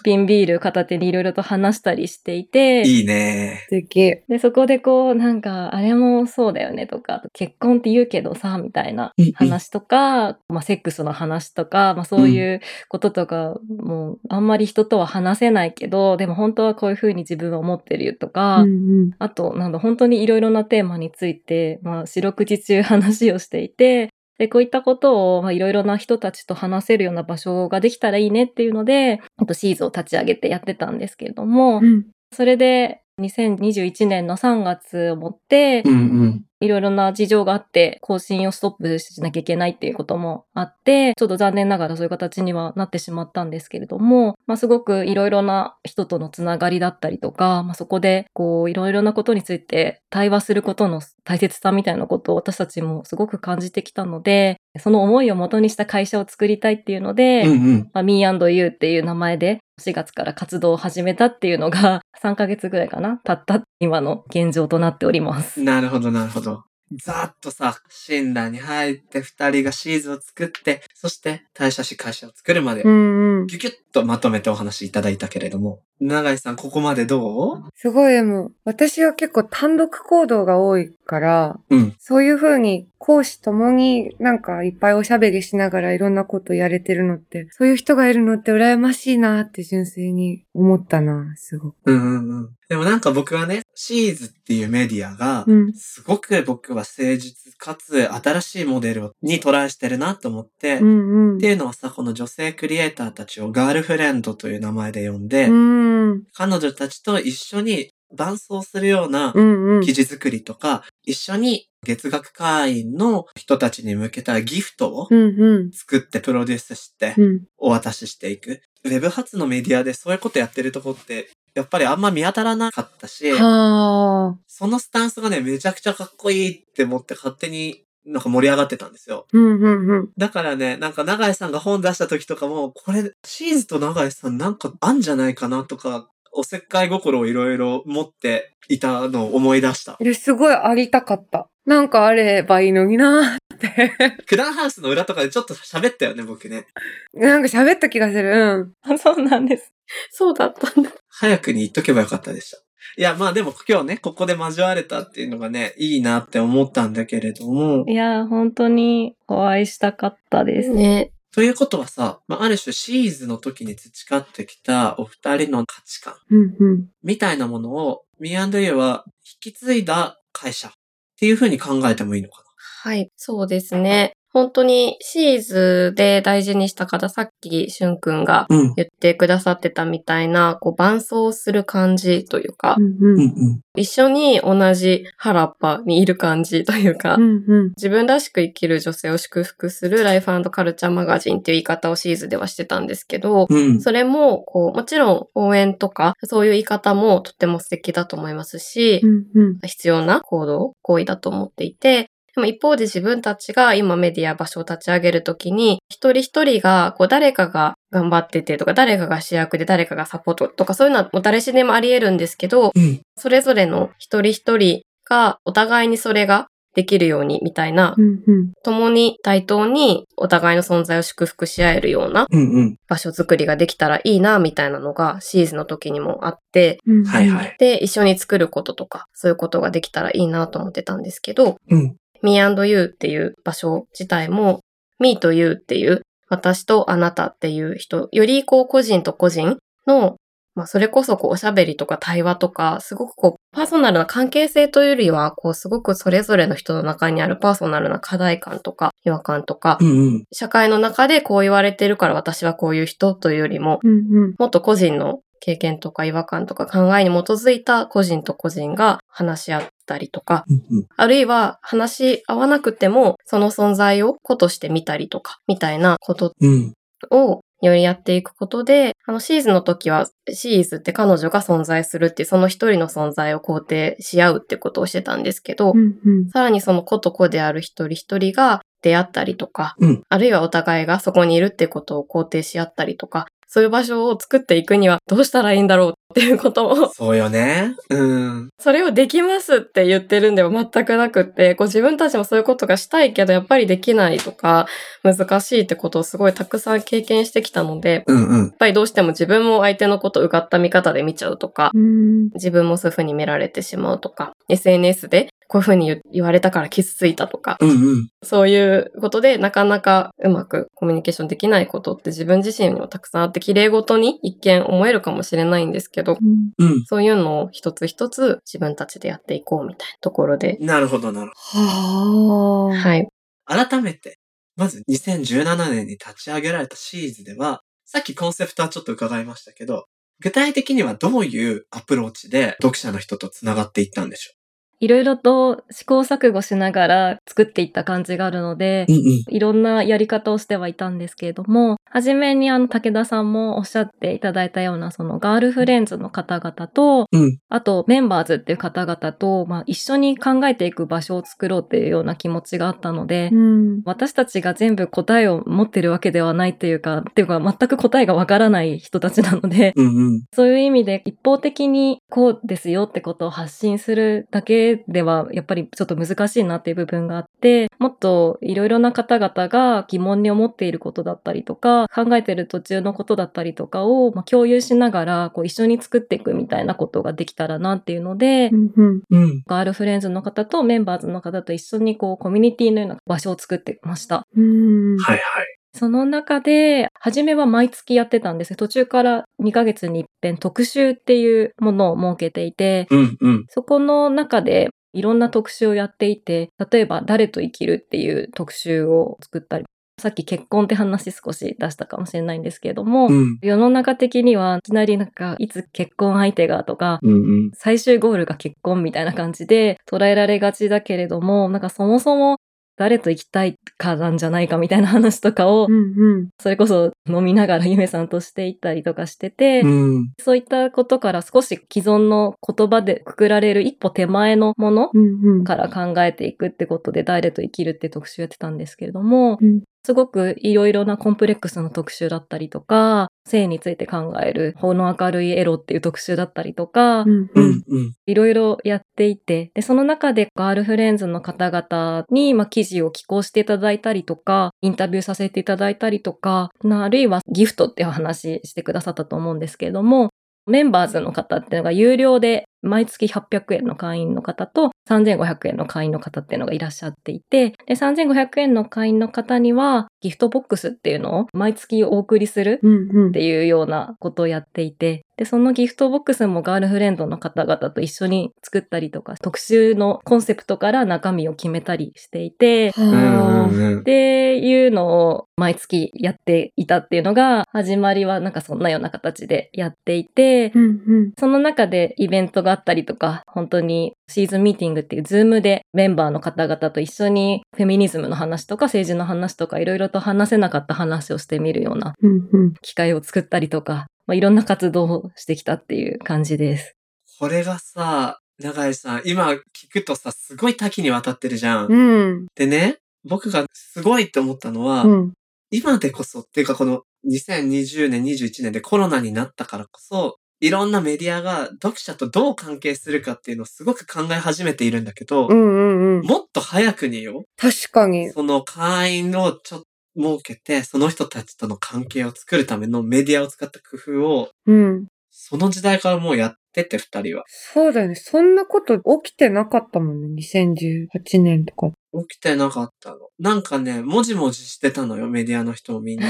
Speaker 5: ピンビール片手にいろいろと話したりして いて、
Speaker 1: いいね。
Speaker 2: 素敵。
Speaker 5: で、そこでこう、なんか、あれもそうだよねとか、結婚って言うけどさ、みたいな
Speaker 1: うんうん
Speaker 5: 話とか、まあ、セックスの話とか、まあ、そういうこととか、もう、あんまり人とは話せないけど、でも本当はこういうふうに自分は思ってるよとか、
Speaker 2: うん
Speaker 5: あと、なんだ、本当にいろいろなテーマについて、まあ、四六時中 話をしていて、で、こういったことを、まあ、いろいろな人たちと話せるような場所ができたらいいねっていうので、あとシーズンを立ち上げてやってたんですけれども、
Speaker 2: うん。
Speaker 5: それで2021年の3月をもって、
Speaker 1: うんうん。
Speaker 5: いろいろな事情があって、更新をストップしなきゃいけないっていうこともあって、ちょっと残念ながらそういう形にはなってしまったんですけれども、まあすごくいろいろな人とのつながりだったりとか、まあそこでこういろいろなことについて対話することの大切さみたいなことを私たちもすごく感じてきたので、その思いを元にした会社を作りたいっていうので、
Speaker 1: うんうん。
Speaker 5: まあ、Me&You っていう名前で4月から活動を始めたっていうのが 3ヶ月ぐらいかな経った今の現状となっております。
Speaker 1: なるほど、なるほど。ざーっとさ、診断に入って、二人がシーズンを作って、そして、退社し会社を作るまで、
Speaker 2: うんうん。
Speaker 1: ギュギュッとまとめてお話しいただいたけれども、永井さん、ここまでどう
Speaker 2: すごいでも、私は結構単独行動が多いから、
Speaker 1: うん
Speaker 2: そういう風に講師ともになんかいっぱいおしゃべりしながらいろんなことやれてるのって、そういう人がいるのって羨ましいなって純粋に思ったな、すごく。
Speaker 1: うんうんうん。でもなんか僕はね、シーズっていうメディアが、
Speaker 2: うん。
Speaker 1: すごく僕は誠実かつ新しいモデルにトライしてるなと思って、
Speaker 2: う
Speaker 1: っ
Speaker 2: んうん
Speaker 1: て。いうのはさ、この女性クリエイターたちをガールフレンドという名前で呼んで、
Speaker 2: うん。うん
Speaker 1: 彼女たちと一緒に伴走するような
Speaker 2: うん。
Speaker 1: 記事作りとか、一緒に月額会員の人たちに向けたギフトを
Speaker 2: うんうん。
Speaker 1: 作ってプロデュースして
Speaker 2: うん。
Speaker 1: お渡ししていく。ウェブ発のメディアでそういうことやってるとこって、やっぱりあんま見当たらなかったし、
Speaker 2: はあ。
Speaker 1: そのスタンスがね、めちゃくちゃかっこいいって思って勝手になんか盛り上がってたんですよ。
Speaker 2: うんうんうん。
Speaker 1: だからね、なんか永井さんが本出した時とかも、これ、シーズと永井さんなんかあんじゃないかなとか、おせっかい心をいろいろ持っていたのを思い出した。
Speaker 2: え、すごいありたかった。なんかあればいいのになって。
Speaker 1: クランハウスの裏とかでちょっと喋ったよね、僕ね。
Speaker 2: なんか喋った気がする。
Speaker 5: そうなんです。
Speaker 4: そうだったんだ。
Speaker 1: 早くに言っとけばよかったでした。いや、まあでも今日ね、ここで交われたっていうのがね、いいなって思ったんだけれども
Speaker 5: い、やー、本当にお会いしたかったです。
Speaker 4: ね。
Speaker 1: ということはさ、まあ、ある種シーズの時に培ってきたお二人の価値観
Speaker 2: うん。うん
Speaker 1: みたいなものを、Me&You は引き継いだ会社っていうふうに考えてもいいのか
Speaker 4: はい。そうですね。本当にシーズで大事にしたから、さっきしゅんくんが
Speaker 1: なうん。
Speaker 4: 言ってくださってたみたいな、こう、伴走する感じというか
Speaker 2: う、ん。う
Speaker 1: うん
Speaker 2: ん
Speaker 1: うん。
Speaker 4: 一緒に同じ原っぱにいる感じというか
Speaker 2: う、ん。うん。
Speaker 4: 自分らしく生きる女性を祝福するライフカルチャーマガジンっていう言い方をシーズではしてたんですけど、
Speaker 1: うん。
Speaker 4: それも、こう、もちろん応援とか、そういう言い方もとっても素敵だと思いますし、
Speaker 2: うん。うん。
Speaker 4: 必要な行動、行為だと思っていて、でも一方で自分たちが今メディア場所を立ち上げるときに、一人一人が、こう誰かが頑張っててとか、誰かが主役で誰かがサポートとか、そういうのはもう誰しでもあり得るんですけど、
Speaker 1: うん。
Speaker 4: それぞれの一人一人果、お互いにそれができるようにみたいな、
Speaker 2: うんうん。
Speaker 4: 共に対等にお互いの存在を祝福し合えるような
Speaker 1: うんうん。
Speaker 4: 場所づくりができたらいいな、みたいなのがシーズンの時にもあって、
Speaker 2: うんうん
Speaker 1: はいは。い。
Speaker 4: で、一緒に作ることとか、そういうことができたらいいなと思ってたんですけど、
Speaker 1: うん。
Speaker 4: me&you っていう場所自体も、me と you っていう、私とあなたっていう人、よりこう個人と個人の、まあそれこそこうおしゃべりとか対話とか、すごくこうパーソナルな関係性というよりは、こうすごくそれぞれの人の中にあるパーソナルな課題感とか違和感とか
Speaker 1: う、んうん。
Speaker 4: 社会の中でこう言われてるから私はこういう人というよりも、
Speaker 2: うんうん。
Speaker 4: もっと個人の経験とか違和感とか考えに基づいた個人と個人が話し合ったりとか、
Speaker 1: うんうん。
Speaker 4: あるいは話し合わなくても、その存在を子として見たりとか、みたいなこと
Speaker 1: うん。
Speaker 4: をよりやっていくことで、あのシーズンの時は、シーズって彼女が存在するっていう、その一人の存在を肯定し合うってことをしてたんですけど、
Speaker 2: うんうん。
Speaker 4: さらにその子と子である一人一人が出会ったりとか、
Speaker 1: うん
Speaker 4: あるいはお互いがそこにいるってことを肯定し合ったりとか、そういう場所を作っていくにはどうしたらいいんだろうっていうことを、
Speaker 1: そうよね。うん。
Speaker 4: それをできますって言ってるんでは全くなくって、こう自分たちもそういうことがしたいけど、やっぱりできないとか、難しいってことをすごいたくさん経験してきたので、
Speaker 1: うんうん。
Speaker 4: やっぱりどうしても自分も相手のことをうがった見方で見ちゃうとか、
Speaker 2: うん
Speaker 4: 自分もそういう風に見られてしまうとか、SNS でこういう風に言言われたから傷ついたとか、
Speaker 1: うんうん。
Speaker 4: そういうことでなかなかうまくコミュニケーションできないことって自分自身にもたくさんあって、綺麗ごとに一見思えるかもしれないんですけど、
Speaker 2: うん
Speaker 1: うん。
Speaker 4: そういうのを一つ一つ自分たちでやっていこうみたいなところで、
Speaker 1: なるほど、なるほ
Speaker 2: はあ。
Speaker 4: はい。
Speaker 1: ど。改めて、まず2017年に立ち上げられたシーズでは、さっきコンセプトはちょっと伺いましたけど、具体的にはどういうアプローチで読者の人と繋がっていったんでしょ
Speaker 5: いろいろと試行錯誤しながら作っていった感じがあるので、
Speaker 1: う。うん
Speaker 5: いろんなやり方をしてはいたんですけれども、はじめにあの、武田さんもおっしゃっていただいたような、その、ガールフレンズの方々と、
Speaker 1: うん。うん。
Speaker 5: あと、メンバーズっていう方々と、まあ、一緒に考えていく場所を作ろうっていうような気持ちがあったので、
Speaker 2: うん。
Speaker 5: 私たちが全部答えを持ってるわけではないというか、っていうか全く答えがわからない人たちなので、
Speaker 1: うんうん。
Speaker 5: そういう意味で一方的にこうですよってことを発信するだけではやっぱりちょっと難しいなっていう部分があって、もっといろいろな方々が疑問に思っていることだったりとか、考えてる途中のことだったりとかをまあ共有しながらこう一緒に作っていくみたいなことができたらなっていうので、
Speaker 2: うんうん。
Speaker 1: うん。
Speaker 5: ガールフレンズの方とメンバーズの方と一緒にこうコミュニティのような場所を作ってました。
Speaker 2: うん。
Speaker 1: はいはい。
Speaker 5: その中で、初めは毎月やってたんです途中から2ヶ月に一遍特集っていうものを設けていて、
Speaker 1: うんうん。
Speaker 5: そこの中でいろんな特集をやっていて、例えば誰と生きるっていう特集を作ったり、さっき結婚って話少し出したかもしれないんですけれども、
Speaker 1: うん。
Speaker 5: 世の中的にはいきなりなんかいつ結婚相手がとか、
Speaker 1: うんうん。
Speaker 5: 最終ゴールが結婚みたいな感じで捉えられがちだけれども、なんかそもそも誰と生きたいかなんじゃないかみたいな話とかを
Speaker 2: うん
Speaker 5: それこそ飲みながらゆめさんとしていったりとかしてて、
Speaker 1: うん。
Speaker 5: そういったことから少し既存の言葉でくくられる一歩手前のもの
Speaker 2: うん。うんうん。
Speaker 5: から考えていくってことで誰と生きるって特集やってたんですけれども、
Speaker 2: うん
Speaker 5: すごくいろいろなコンプレックスの特集だったりとか、性について考える法の明るいエロっていう特集だったりとか、
Speaker 2: うん
Speaker 1: う
Speaker 2: うんん。
Speaker 1: うん。
Speaker 5: いろいろやっていて、で、その中でガールフレンズの方々に、まあ、記事を寄稿していただいたりとか、インタビューさせていただいたりとか、なあるいはギフトっていう話してくださったと思うんですけれども、メンバーズの方っていうのが有料で毎月800円の会員の方と3500円の会員の方っていうのがいらっしゃっていて、で、3500円の会員の方にはギフトボックスっていうのを毎月お送りする
Speaker 2: うんうん。
Speaker 5: っていうようなことをやっていて、で、そのギフトボックスもガールフレンドの方々と一緒に作ったりとか、特集のコンセプトから中身を決めたりしていて、
Speaker 1: う
Speaker 2: はあ。
Speaker 1: んうん。
Speaker 5: っていうのを毎月やっていたっていうのが、始まりはなんかそんなような形でやっていて、
Speaker 2: うんうん。
Speaker 5: その中でイベントがあったりとか、本当にシーズンミーティングっていうズームでメンバーの方々と一緒にフェミニズムの話とか政治の話とかいろいろと話せなかった話をしてみるような
Speaker 2: うんうん。
Speaker 5: 機会を作ったりとか、まあ、いろんな活動をしてきたっていう感じです。
Speaker 1: これがさ、永井さん、今聞くとさ、すごい多岐にわたってるじゃん。
Speaker 2: うん。
Speaker 1: でね、僕がすごいって思ったのは、
Speaker 2: うん。
Speaker 1: 今でこそ、っていうかこの2020年、21年でコロナになったからこそ、いろんなメディアが読者とどう関係するかっていうのをすごく考え始めているんだけど、
Speaker 2: うんうんうん。
Speaker 1: もっと早くによ、
Speaker 2: 確かに。
Speaker 1: その会員をちょっと設けて、その人たちとの関係を作るためのメディアを使った工夫を、
Speaker 2: うん。
Speaker 1: その時代からもうやってて、二人は。
Speaker 2: そうだよね。そんなこと起きてなかったもんね。2018年とか。
Speaker 1: 起きてなかったの。なんかね、もじもじしてたのよ、メディアの人もみ んな。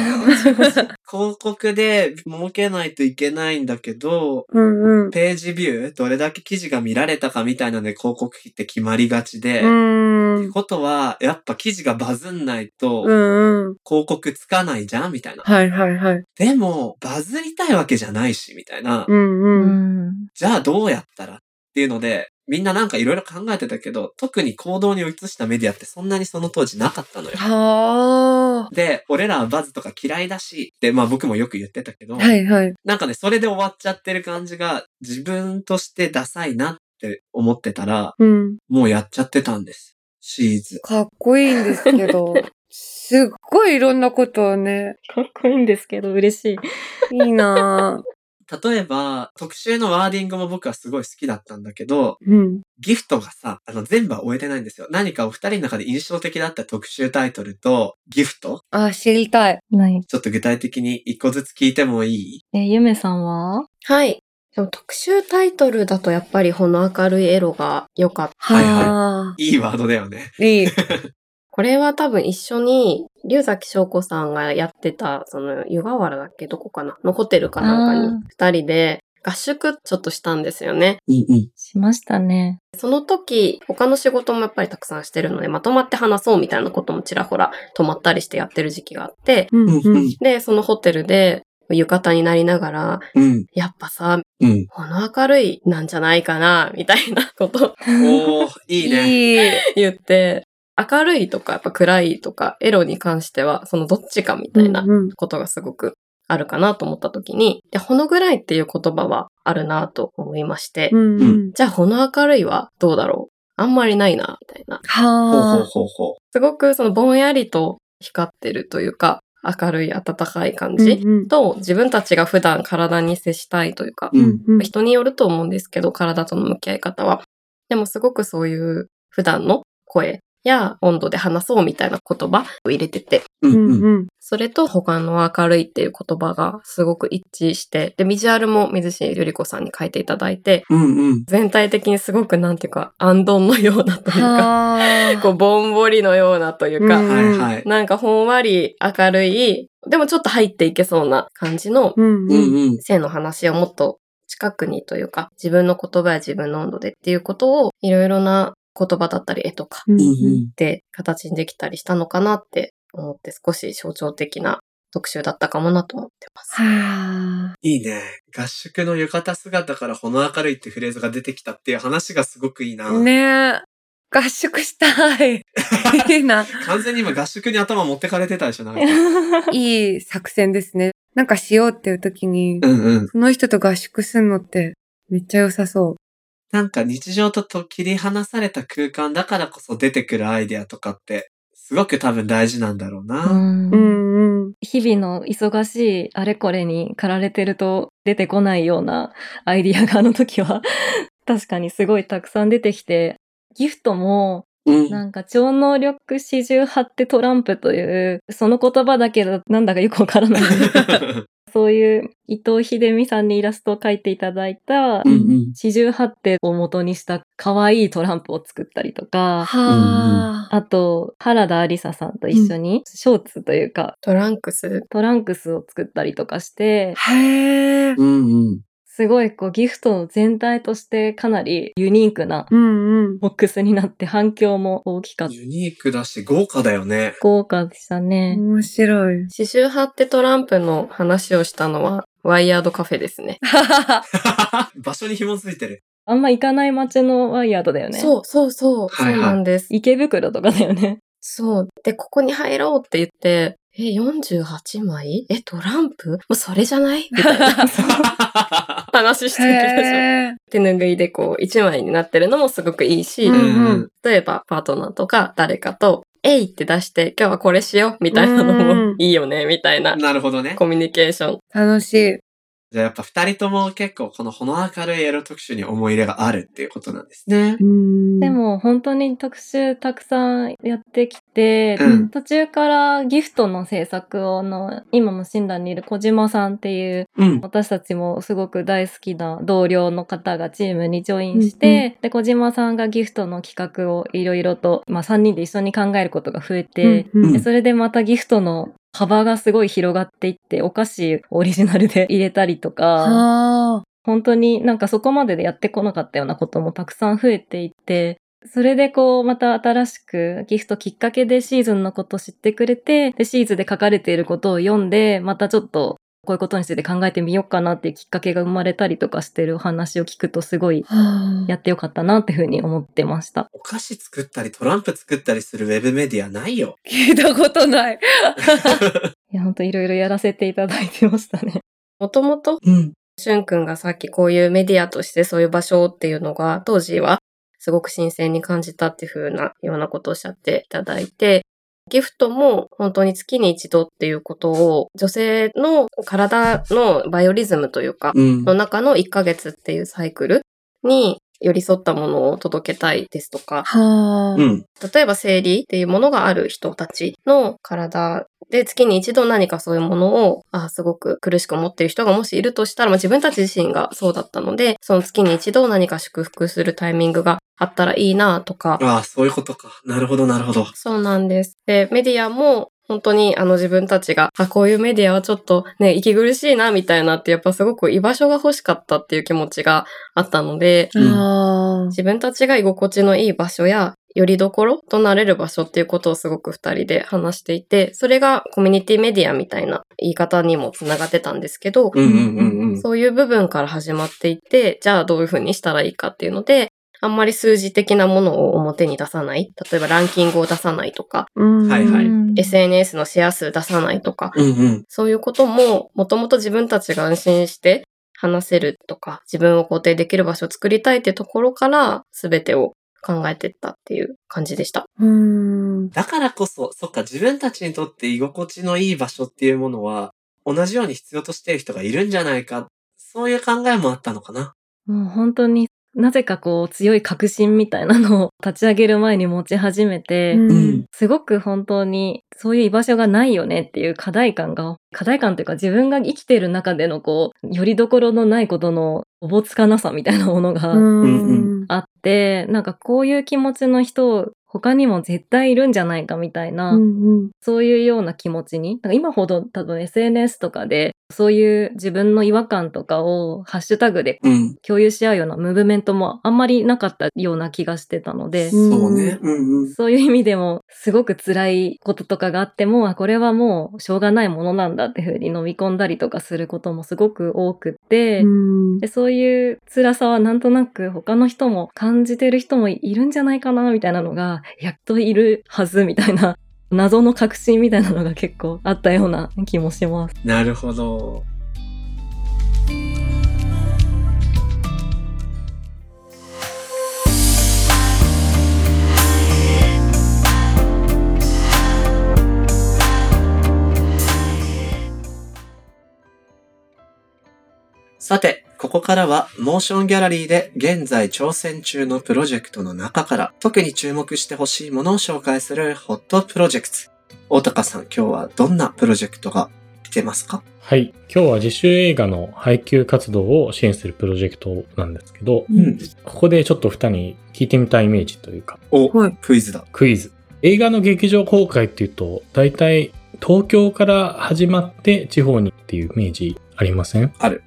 Speaker 1: 広告で儲けないといけないんだけど、
Speaker 2: うんうん。う
Speaker 1: ページビュー、どれだけ記事が見られたかみたいなので広告費って決まりがちで、
Speaker 2: ーん。
Speaker 1: ことは、やっぱ記事がバズんないと、
Speaker 2: うんうん。
Speaker 1: 広告つかないじゃんみたいな。
Speaker 2: はいはいはい。
Speaker 1: でも、バズりたいわけじゃないし、みたいな。
Speaker 2: うん
Speaker 5: う
Speaker 2: うん。
Speaker 5: ん。
Speaker 1: じゃあどうやったらっていうので、みんななんかいろいろ考えてたけど、特に行動に移したメディアってそんなにその当時なかったのよ。
Speaker 2: は
Speaker 1: で、俺らはバズとか嫌いだし、って、まあ僕もよく言ってたけど、
Speaker 2: あ。はいはい。
Speaker 1: なんかね、それで終わっちゃってる感じが、自分としてダサいなって思ってたら、
Speaker 2: うん。
Speaker 1: もうやっちゃってたんです。シーズ。
Speaker 2: かっこいいんですけど。すっごいいろんなことをね。
Speaker 5: かっこいいんですけど、嬉しい。
Speaker 2: いいなぁ。
Speaker 1: 例えば、特集のワーディングも僕はすごい好きだったんだけど、
Speaker 2: うん。
Speaker 1: ギフトがさ、あの、全部は終えてないんですよ。何かお二人の中で印象的だった特集タイトルと、ギフト
Speaker 2: あ、知りたい。
Speaker 5: ない。
Speaker 1: ちょっと具体的に一個ずつ聞いてもいい
Speaker 5: え、ゆめさんは
Speaker 4: はい。でも特集タイトルだとやっぱりこの明るいエロが良かった。
Speaker 1: はいはい
Speaker 2: はい
Speaker 1: いワードだよね。
Speaker 2: い。いい。
Speaker 4: これは多分一緒に、龍崎翔子さんがやってた、その、湯河原だっけどこかなのホテルかなんかに、二人で合宿ちょっとしたんですよね。
Speaker 1: うんうん。
Speaker 5: しました ね。
Speaker 4: その時、他の仕事もやっぱりたくさんしてるので、まとまって話そうみたいなこともちらほら、止まったりしてやってる時期があって、
Speaker 2: う
Speaker 1: うん
Speaker 2: んうん。
Speaker 4: で、そのホテルで、浴衣になりながら、
Speaker 1: うん。
Speaker 4: やっぱさ、
Speaker 1: うん。
Speaker 4: この明るいなんじゃないかな、みたいなことを
Speaker 1: おー、いいね。
Speaker 2: いい。
Speaker 4: 言って、明るいとか、やっぱ暗いとか、エロに関しては、そのどっちかみたいな
Speaker 2: うんうん
Speaker 4: ことがすごくあるかなと思った時に、で、ほのぐらいっていう言葉はあるなと思いまして、
Speaker 2: うんうん。
Speaker 4: じゃあほの明るいはどうだろうあんまりないな、みたいな。
Speaker 1: ほうほう
Speaker 2: はあ。
Speaker 1: ほうほう。
Speaker 4: すごくそのぼんやりと光ってるというか、明るい暖かい感じ
Speaker 2: うんうん
Speaker 4: と、自分たちが普段体に接したいというか、
Speaker 1: うん
Speaker 2: うん
Speaker 4: 人によると思うんですけど、体との向き合い方は。でもすごくそういう普段の声や温度で話そうみたいな言葉を入れてて、
Speaker 1: う
Speaker 2: うん
Speaker 1: うん。
Speaker 2: ん
Speaker 4: それと他の明るいっていう言葉がすごく一致して、で、ビジュアルも水重ゆり子さんに書いていただいて、
Speaker 1: うんうん。
Speaker 4: 全体的にすごくなんていうか、アンドンのようなというか、
Speaker 2: は
Speaker 4: こう、ぼんぼりのようなというか、
Speaker 2: うん
Speaker 1: はいはい。
Speaker 4: なんかほんわり明るい、でもちょっと入っていけそうな感じの
Speaker 2: うん
Speaker 1: うん
Speaker 2: うん。
Speaker 1: うん。
Speaker 4: 性の話をもっと近くにというか、自分の言葉や自分の温度でっていうことを、いろいろな言葉だったり絵とか
Speaker 2: う
Speaker 1: う
Speaker 2: ん
Speaker 1: ん
Speaker 2: う。
Speaker 1: うんん。
Speaker 4: で形にできたりしたのかなって思って、少し象徴的な特集だったかもなと思ってます。
Speaker 2: はあ。
Speaker 1: いいね。合宿の浴衣姿からほの明るいってフレーズが出てきたっていう話がすごくいいな。
Speaker 2: ねえ。合宿した い。いいな。
Speaker 1: 完全に今合宿に頭持ってかれてたでしょ、なん か。
Speaker 2: いい作戦ですね。なんかしようっていう時に
Speaker 1: う、んうん。
Speaker 2: その人と合宿するのってめっちゃ良さそ
Speaker 1: なんか日常とと切り離された空間だからこそ出てくるアイデアとかって、すごく多分大事なんだろう
Speaker 5: う
Speaker 1: な。
Speaker 5: ん
Speaker 2: う。んうん。
Speaker 5: 日々の忙しいあれこれに駆られてると出てこないようなアイディアがあの時は 確かにすごいたくさん出てきて、ギフトも
Speaker 1: うん。
Speaker 5: なんか超能力四十八ってトランプという、その言葉だけどなんだかよくわからない。そういう伊藤秀美さんにイラストを描いていただいた
Speaker 1: うんうん。
Speaker 5: 四十八手を元にした可愛いトランプを作ったりとか、
Speaker 2: はあ。
Speaker 5: あと原田ありささんと一緒にショーツというか
Speaker 4: トランクス
Speaker 5: トランクスを作ったりとかして、
Speaker 2: へえ。
Speaker 1: うんうん。
Speaker 5: すごいこうギフトの全体としてかなりユニークな
Speaker 2: うんうん。
Speaker 5: ボックスになって反響も大きかった。
Speaker 1: ユニークだし、豪華だよ ね。
Speaker 5: 豪華でしたね。
Speaker 2: 面白い。
Speaker 4: 刺繍派ってトランプの話をしたのは、ワイヤードカフェですね。
Speaker 1: 場所に紐づいてる。
Speaker 5: あんま行かない街のワイヤードだよね。う。
Speaker 4: そうそうそう、
Speaker 1: はいはい
Speaker 4: そうなんです。
Speaker 5: 池袋とかだよね。
Speaker 4: そう。で、ここに入ろうって言って、え、48枚え、トランプもうそれじゃないみたいな話してるでしょ。
Speaker 2: へえ。
Speaker 4: 手拭いでこう、1枚になってるのもすごくいいし、
Speaker 2: う
Speaker 1: うんん
Speaker 4: 例えばパートナーとか誰かと、えいって出して、今日はこれしようみたいなの
Speaker 2: う
Speaker 4: も
Speaker 2: ん
Speaker 4: いいよねみたい
Speaker 1: うん。
Speaker 4: な
Speaker 1: なるほどね。
Speaker 4: コミュニケーション。
Speaker 2: 楽しい。
Speaker 1: じゃあやっぱ二人とも結構このほの明るいエロ特集に思い入れがあるっていうことなんですね。
Speaker 5: で
Speaker 4: で、
Speaker 5: も本当に特集たくさんやってきて、
Speaker 1: うん
Speaker 5: 途中からギフトの制作をの今も診断にいる小島さんっていう
Speaker 1: うん。
Speaker 5: 私たちもすごく大好きな同僚の方がチームにジョインして、で小島さんがギフトの企画をいろいろと、まあ、3人で一緒に考えることが増えて、
Speaker 1: うん
Speaker 5: でそれでまたギフトの幅がすごい広がっていってお菓子オリジナルで入れたりとか
Speaker 6: あ
Speaker 5: 本当になんかそこまででやってこなかったようなこともたくさん増えていって。それでこう、また新しくギフトきっかけでシーズンのこと知ってくれて、で、シーズンで書かれていることを読んで、またちょっとこういうことについて考えてみようかなっていうきっかけが生まれたりとかしてるお話を聞くとすごい
Speaker 6: あ。
Speaker 5: やってよかったなっていうふうに思ってました。
Speaker 1: お菓子作ったりトランプ作ったりするウェブメディアないよ。
Speaker 6: 聞いたことない。
Speaker 5: いや、ほんといろいろやらせていただいてましたね。
Speaker 4: もともと、
Speaker 1: うん。
Speaker 4: しゅんくんがさっきこういうメディアとしてそういう場所っていうのが、当時はすごく新鮮に感じたっていう風なようなことをおっしゃっていただいて、ギフトも本当に月に一度っていうことを、女性の体のバイオリズムというか、
Speaker 1: うん
Speaker 4: の。中の1ヶ月っていうサイクルに寄り添ったものを届けたいですとか、
Speaker 6: はあ。
Speaker 1: うん。
Speaker 4: 例えば生理っていうものがある人たちの体で月に一度何かそういうものをあすごく苦しく思ってる人がもしいるとしたら、まあ、自分たち自身がそうだったのでその月に一度何か祝福するタイミングがあったらいいなとか
Speaker 1: ああ、そういうことか。なるほど、なるほど。
Speaker 4: そうなんです。で、メディアも、本当にあの自分たちが、あ、こういうメディアはちょっとね、息苦しいな、みたいなって、やっぱすごく居場所が欲しかったっていう気持ちがあったので、
Speaker 1: うん
Speaker 6: ああ。
Speaker 4: 自分たちが居心地のいい場所や、よりどころとなれる場所っていうことをすごく二人で話していて、それがコミュニティメディアみたいな言い方にもつながってたんですけど、
Speaker 1: うんうんうんうん。
Speaker 4: そういう部分から始まっていって、じゃあどういうふうにしたらいいかっていうので、あんまり数字的なものを表に出さない。例えばランキングを出さないとか、
Speaker 6: うん
Speaker 1: はいはい
Speaker 5: うん
Speaker 4: SNS のシェア数出さないとか、
Speaker 1: うんうん。
Speaker 4: そういうことも、もともと自分たちが安心して話せるとか、自分を肯定できる場所を作りたいってところから、すべてを考えてったっていう感じでした。
Speaker 6: うん。
Speaker 1: だからこそ、そっか、自分たちにとって居心地のいい場所っていうものは、同じように必要としている人がいるんじゃないか。そういう考えもあったのかな。
Speaker 5: もう本当になぜかこう強い確信みたいなのを立ち上げる前に持ち始めて、
Speaker 6: うん。
Speaker 5: すごく本当にそういう居場所がないよねっていう課題感が、課題感というか自分が生きている中でのこう、よりどころのないことのおぼつかなさみたいなもの
Speaker 6: う
Speaker 5: が
Speaker 6: ん。
Speaker 5: あって、なんかこういう気持ちの人、他にも絶対いるんじゃないかみたいな、
Speaker 6: うん。
Speaker 5: そういうような気持ちに、なんか今ほど多分 SNS とかで、そういう自分の違和感とかをハッシュタグで
Speaker 1: うん。
Speaker 5: 共有し合うようなムーブメントもあんまりなかったような気がしてたので、
Speaker 1: そうね。うんうん。
Speaker 5: そういう意味でも、すごく辛いこととかがあっても、あこれはもうしょうがないものなんだっていうふうに飲み込んだりとかすることもすごく多くって、
Speaker 6: うん。
Speaker 5: でそういう辛さはなんとなく他の人も感じてる人もいるんじゃないかなみたいなのが、やっといるはずみたいな、謎の確信みたいなのが結構あったような気もします。
Speaker 1: なるほど。さて、ここからは、モーションギャラリーで現在挑戦中のプロジェクトの中から、特に注目してほしいものを紹介するホットプロジェクト。大高さん、今日はどんなプロジェクトが来てますか
Speaker 3: はい。今日は自主映画の配給活動を支援するプロジェクトなんですけど、
Speaker 1: うん。
Speaker 3: ここでちょっと二人に聞いてみたいイメージというか、
Speaker 1: お、
Speaker 6: はい
Speaker 1: クイズだ。
Speaker 3: クイズ。映画の劇場公開っていうと、大体東京から始まって地方にっていうイメージありません
Speaker 6: ある。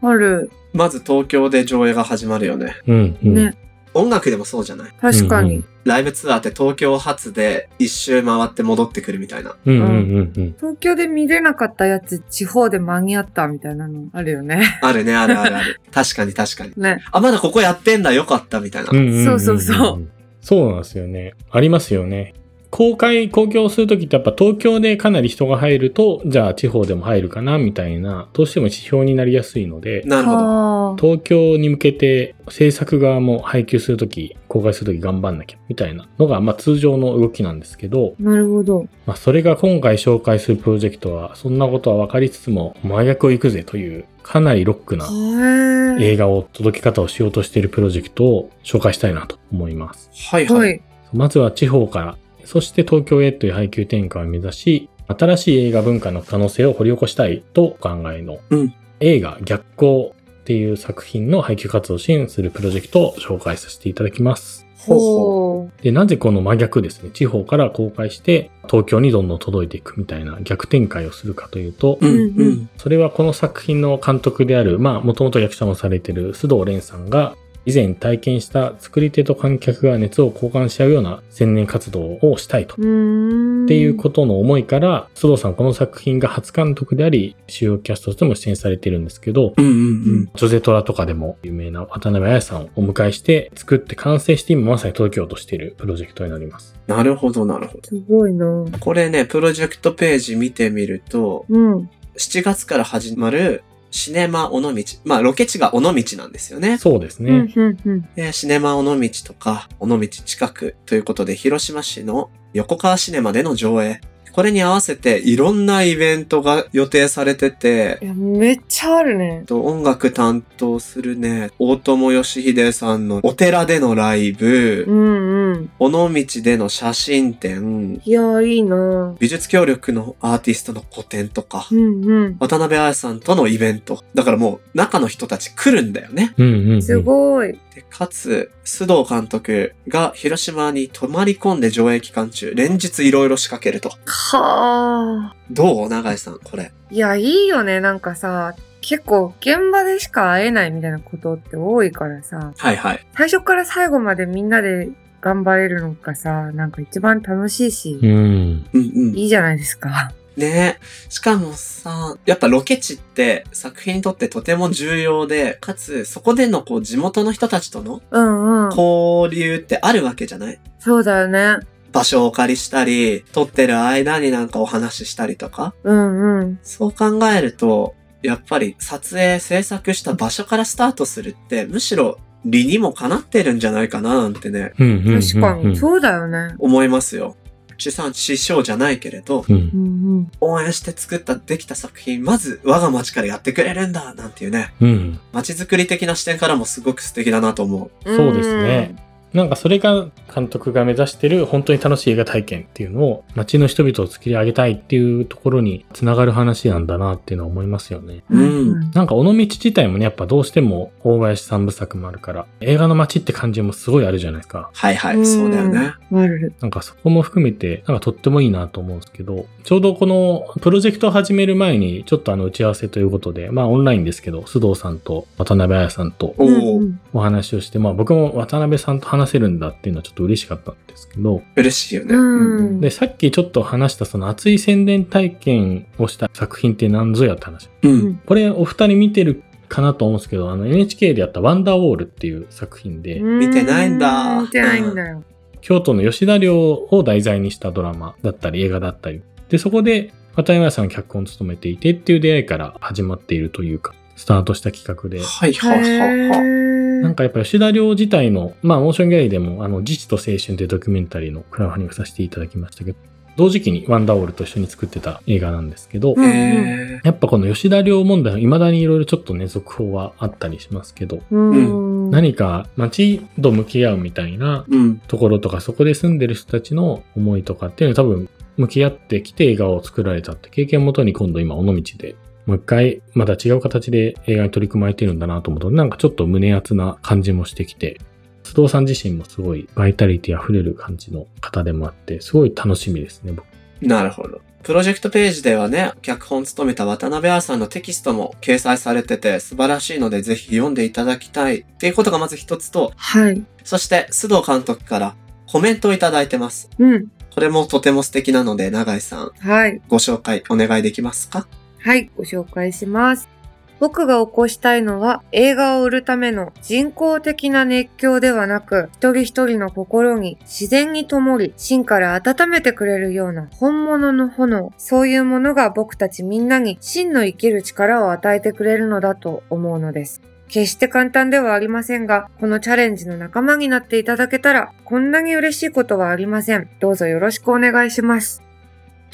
Speaker 1: まず東京で上映が始まるよね。
Speaker 3: うん、うん。
Speaker 6: ね。
Speaker 1: 音楽でもそうじゃない
Speaker 6: 確かに。。
Speaker 1: ライブツアーって東京発で一周回って戻ってくるみたいな。
Speaker 3: うん、うん、うんうん、
Speaker 6: 東京で見れなかったやつ、地方で間に合ったみたいなのあるよね。
Speaker 1: あるね、あるあるある。確かに確かに。
Speaker 6: ね。
Speaker 1: あ、まだここやってんだ、よかった、みたいな
Speaker 3: う。ん。んんんん
Speaker 6: そうそうそう。
Speaker 3: そうなんですよね。ありますよね。公開、公共するときってやっぱ東京でかなり人が入ると、じゃあ地方でも入るかな、みたいな、どうしても指標になりやすいので、
Speaker 1: なるほど。
Speaker 5: あー
Speaker 3: 東京に向けて制作側も配給するとき、公開するとき頑張んなきゃ、みたいなのが、まあ通常の動きなんですけど、
Speaker 6: なるほど。
Speaker 3: まあそれが今回紹介するプロジェクトは、そんなことは分かりつつも、真逆を行くぜという、かなりロックな
Speaker 6: はい。
Speaker 3: 映画を届け方をしようとしているプロジェクトを紹介したいなと思います。
Speaker 1: はいは。
Speaker 6: はいい。
Speaker 3: まずは地方から、そして東京へという配給転換を目指し、新しい映画文化の可能性を掘り起こしたいとお考えの、
Speaker 1: うん
Speaker 3: 映画逆光っていう作品の配給活動を支援するプロジェクトを紹介させていただきます。
Speaker 1: ほうほう。
Speaker 3: で、なぜこの真逆ですね、地方から公開して東京にどんどん届いていくみたいな逆展開をするかというと、
Speaker 1: うん
Speaker 6: うん
Speaker 1: う
Speaker 6: うんん。
Speaker 3: それはこの作品の監督である、まあ、もともと役者もされている須藤蓮さんが、以前体験した作り手と観客が熱を交換し合うような宣伝活動をしたいと。
Speaker 6: うーん。
Speaker 3: っていうことの思いから、須藤さんこの作品が初監督であり、主要キャストとしても出演されているんですけど、
Speaker 1: うんうん
Speaker 3: ジョゼトラとかでも有名な渡辺彩さんをお迎えして、作って完成して今まさに届けようとしているプロジェクトになります。
Speaker 1: うん。なるほどなるほど。
Speaker 6: すごいな。
Speaker 1: これね、プロジェクトページ見てみると、
Speaker 6: うん。
Speaker 1: 7月から始まるシネマ尾道。まあ、ロケ地が尾道なんですよね。
Speaker 3: そうです
Speaker 6: うん、う
Speaker 3: ね。
Speaker 6: ん、うん。
Speaker 1: でシネマ尾道とか、尾道近くということで、広島市の横川シネマでの上映。これに合わせて、いろんなイベントが予定されて
Speaker 6: い
Speaker 1: て、
Speaker 6: や、めっちゃあるね。
Speaker 1: と音楽担当するね、大友義秀さんのお寺でのライ
Speaker 6: う
Speaker 1: ブ、
Speaker 6: ん、うん。
Speaker 1: 尾道での写真展、
Speaker 6: いやー、いいな。
Speaker 1: 美術協力のアーティストの個展とか
Speaker 6: う、ん、うん。
Speaker 1: 渡辺彩さんとのイベント。だからもう中の人たち来るんだよね。
Speaker 3: うんうん、うん。
Speaker 6: すごい。
Speaker 1: でかつ、須藤監督が広島に泊まり込んで上映期間中、連日いろいろ仕掛けると。
Speaker 6: はあ。
Speaker 1: どう永井さん、これ。
Speaker 6: いや、いいよね。なんかさ、結構現場でしか会えないみたいなことって多いからさ、
Speaker 1: はいはい。
Speaker 6: 最初から最後までみんなで頑張れるのがさ、なんか一番楽しいし、
Speaker 3: うん。
Speaker 1: うんうん。
Speaker 6: いいじゃないですか。
Speaker 1: ねえ。しかもさ、やっぱロケ地って作品にとってとても重要で、かつ、そこでのこう地元の人たちとの
Speaker 6: うんうん。
Speaker 1: 交流ってあるわけじゃない
Speaker 6: そうだよね。
Speaker 1: 場所をお借りしたり、撮ってる間になんかお話ししたりとか。
Speaker 6: うんうん。
Speaker 1: そう考えると、やっぱり撮影、制作した場所からスタートするって、むしろ理にもかなってるんじゃないかななんてね、
Speaker 3: うんうんうんうん。
Speaker 6: 確かに。そうだよね。
Speaker 1: 思いますよ。主産師匠じゃないけれど、
Speaker 3: うん
Speaker 6: う。んうん。
Speaker 1: 応援して作った、できた作品、まず我が町からやってくれるんだ、なんていうね、
Speaker 3: うん。
Speaker 1: 町づくり的な視点からもすごく素敵だなと思う。
Speaker 3: そうですね。なんかそれが監督が目指してる本当に楽しい映画体験っていうのを街の人々を作り上げたいっていうところにつながる話なんだなっていうのは思いますよね。
Speaker 6: うん。
Speaker 1: うん
Speaker 6: うん
Speaker 3: なんか尾道自体もねやっぱどうしても大林三部作もあるから映画の街って感じもすごいあるじゃないですか。
Speaker 1: はいは
Speaker 6: う
Speaker 1: い、
Speaker 6: ん
Speaker 1: そうだよね。
Speaker 6: ある。
Speaker 3: なんかそこも含めてなんかとってもいいなと思うんですけどちょうどこのプロジェクトを始める前にちょっとあの打ち合わせということでまあオンラインですけど須藤さんと渡辺彩さんと
Speaker 1: おお、
Speaker 6: うんうん
Speaker 3: お話をして、まあ僕も渡辺さんと話せるんだっていうのはちょっと嬉しかったんですけど、
Speaker 1: 嬉しいよね。
Speaker 6: うん
Speaker 1: うん
Speaker 3: で、さっきちょっと話したその熱い宣伝体験をした作品って何ぞやって話。
Speaker 1: うん。
Speaker 3: これお二人見てるかなと思うんですけど、あの NHK でやったワンダーウォールっていう作品で、
Speaker 1: 見てないんだ
Speaker 6: う見てないんだよ。
Speaker 3: 京都の吉田寮を題材にしたドラマだったり映画だったり。で、そこで渡辺さんが脚本を務めていてっていう出会いから始まっているというか、スタートした企画で。
Speaker 1: はい
Speaker 6: へ
Speaker 1: はいはいはい。
Speaker 6: ー
Speaker 3: なんかやっぱ吉田寮自体の、まあ、モーションギャラリーでも、あの、自治と青春というドキュメンタリーのクラウドファンディングさせていただきましたけど、同時期にワンダーオールと一緒に作ってた映画なんですけど、
Speaker 6: うん
Speaker 1: え
Speaker 3: やっぱこの吉田寮問題は未だにいろいろちょっとね、続報はあったりしますけど、
Speaker 6: うん。
Speaker 3: 何か街と向き合うみたいな
Speaker 1: ー、うん。
Speaker 3: ところとか、そこで住んでる人たちの思いとかっていうのは多分、向き合ってきて映画を作られたって経験をもとに今度今、尾道で、もう一回、また違う形で映画に取り組まれてるんだなと思うと、なんかちょっと胸熱な感じもしてきて、須藤さん自身もすごいバイタリティ溢れる感じの方でもあって、すごい楽しみですね、僕。
Speaker 1: なるほど。プロジェクトページではね、脚本を務めた渡辺あさんのテキストも掲載されてて素晴らしいのでぜひ読んでいただきたいっていうことがまず一つと、
Speaker 6: はい。
Speaker 1: そして須藤監督からコメントをいただいてます。
Speaker 6: うん。
Speaker 1: これもとても素敵なので、永井さん、
Speaker 6: はい。
Speaker 1: ご紹介お願いできますか
Speaker 6: はい。ご紹介します。
Speaker 2: 僕が起こしたいのは映画を売るための人工的な熱狂ではなく、一人一人の心に自然に灯り、芯から温めてくれるような本物の炎、そういうものが僕たちみんなに真の生きる力を与えてくれるのだと思うのです。決して簡単ではありませんが、このチャレンジの仲間になっていただけたら、こんなに嬉しいことはありません。どうぞよろしくお願いします。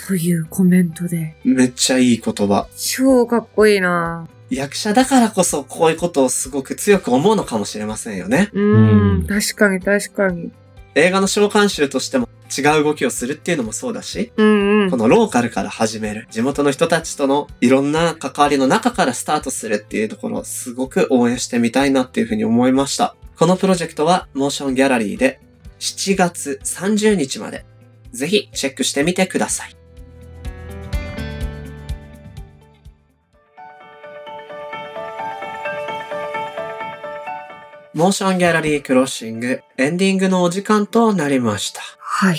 Speaker 2: というコメントで、
Speaker 1: めっちゃいい言葉。
Speaker 2: 超かっこいいなぁ
Speaker 1: 役者だからこそこういうことをすごく強く思うのかもしれませんよね。
Speaker 2: うー、
Speaker 3: うんん
Speaker 2: 確かに確かに。
Speaker 1: 映画の召喚集としても違う動きをするっていうのもそうだし、
Speaker 2: うんうん
Speaker 1: こ。のローカルから始める、地元の人たちとのいろんな関わりの中からスタートするっていうところをすごく応援してみたいなっていうふうに思いました。このプロジェクトはモーションギャラリーで7月30日まで、ぜひチェックしてみてください。モーションギャラリークロッシングエンディングのお時間となりました。
Speaker 2: はい。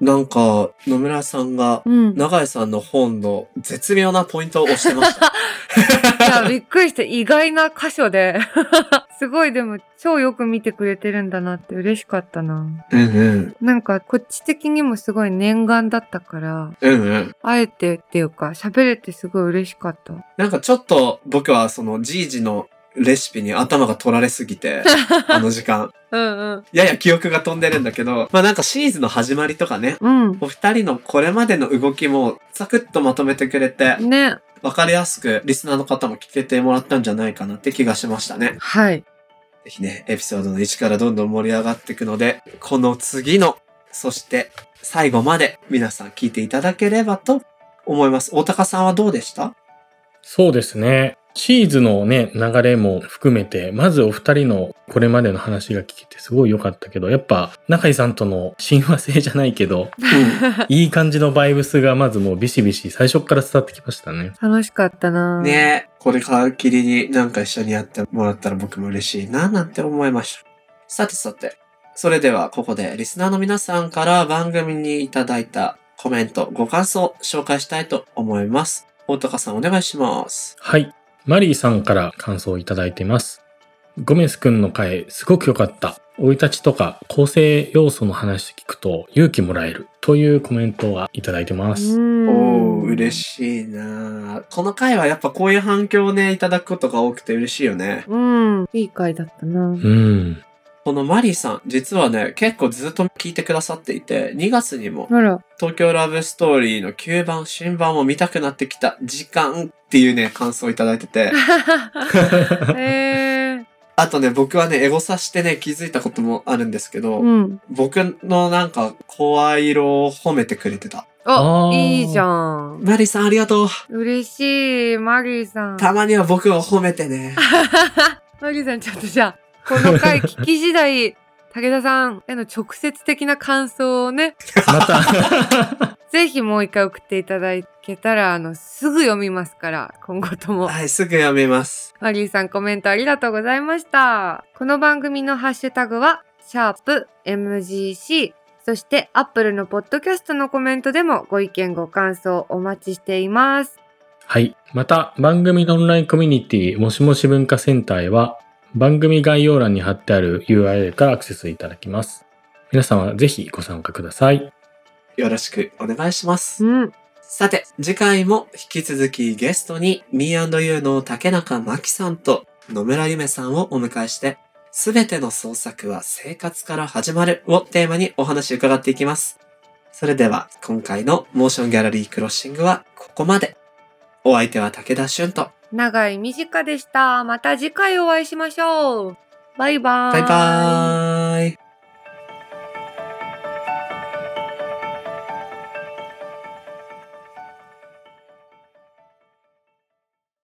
Speaker 1: なんか、野村さんが
Speaker 2: うん。い
Speaker 1: 永井さんの本の絶妙なポイントを押してました。
Speaker 2: や、びっくりして、意外な箇所で。 すごい、でも、超よく見てくれてるんだなって嬉しかったな。
Speaker 1: うんうん。
Speaker 2: なんか、こっち的にもすごい念願だったから、
Speaker 1: うんうん。
Speaker 2: あえてっていうか、喋れてすごい嬉しかった。
Speaker 1: なんかちょっと僕はそのじいじのレシピに頭が取られすぎ て、あの時間。
Speaker 2: うんうん。
Speaker 1: やや記憶が飛んでるんだけど、まあなんかシーズンの始まりとかね、
Speaker 2: うん。
Speaker 1: お二人のこれまでの動きもサクッとまとめてくれて、
Speaker 2: ね。
Speaker 1: わかりやすくリスナーの方も聞けてもらったんじゃないかなって気がしましたね。
Speaker 2: はい。
Speaker 1: ぜひね、エピソードの1からどんどん盛り上がっていくので、この次の、そして最後まで皆さん聞いていただければと思います。大高さんはどうでした
Speaker 3: そうですね。シーズのね、流れも含めて、まずお二人のこれまでの話が聞けてすごい良かったけど、やっぱ、中井さんとの親和性じゃないけど、いい感じのバイブスがまずもうビシビシ最初っから伝わってきましたね。
Speaker 2: 楽しかったな。。
Speaker 1: ねえ、これからきりになんか一緒にやってもらったら僕も嬉しいな、なんて思いました。さてさて、それではここでリスナーの皆さんから番組にいただいたコメント、ご感想、紹介したいと思います。大高さんお願いします。
Speaker 3: はい。マリーさんから感想をいただいています。ゴメスくんの回、すごく良かった。生い立ちとか構成要素の話聞くと勇気もらえるというコメントがいただいてます。
Speaker 1: おー、嬉
Speaker 2: しい。
Speaker 1: しいなあこの回はやっぱこういう反響をね、いただくことが多くて嬉しいよね。
Speaker 2: うん。いい回だったな。
Speaker 3: うん。
Speaker 1: このマリーさん、実はね、結構ずっと聞いてくださっていて、2月にも
Speaker 2: あ ら。
Speaker 1: 東京ラブストーリーの9番、新版を見たくなってきた時間っていうね、感想をいただいて て、
Speaker 2: へえ。
Speaker 1: あとね、僕はね、エゴサしてね、気づいたこともあるんですけど、
Speaker 2: うん。
Speaker 1: 僕のなんか、声色を褒めてくれてた。
Speaker 2: あ
Speaker 3: あ、ー
Speaker 2: いいじゃん。
Speaker 1: マリーさんありがとう。
Speaker 2: 嬉しい、マリーさん。
Speaker 1: たまには僕を褒めて ね。
Speaker 2: マリーさん、ちょっとじゃあ、この回聞き時代、武田さんへの直接的な感想をね、
Speaker 3: また。
Speaker 2: ぜひもう一回送っていただけたら、あの、すぐ読みますから、 今後とも。
Speaker 1: はい、すぐやめます。
Speaker 2: マリーさんコメントありがとうございました。この番組のハッシュタグは、シャープ MGC、そしてアップルのポッドキャストのコメントでもご意見ご感想お待ちしています。
Speaker 3: はい。また、番組のオンラインコミュニティ、もしもし文化センターへは、番組概要欄に貼ってある URL からアクセスいただきます。皆さんはぜひご参加ください。
Speaker 1: よろしくお願いします。
Speaker 2: うん。
Speaker 1: さて、次回も引き続きゲストに Me&You の竹中真紀さんと野村ゆめさんをお迎えして、すべての創作は生活から始まるをテーマにお話伺っていきます。それでは今回のモーションギャラリークロッシングはここまで。お相手は武田俊と。
Speaker 2: 長い短でした。また次回お会いしましょう。バイバー
Speaker 1: バイバーイ。